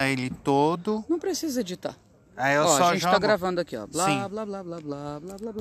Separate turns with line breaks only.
ele todo.
Não precisa editar.
Aí eu
ó,
Ah, é só
a gente
jogo.
tá gravando aqui, ó. Blá,
Sim.
blá, blá, blá, blá, blá, blá, blá.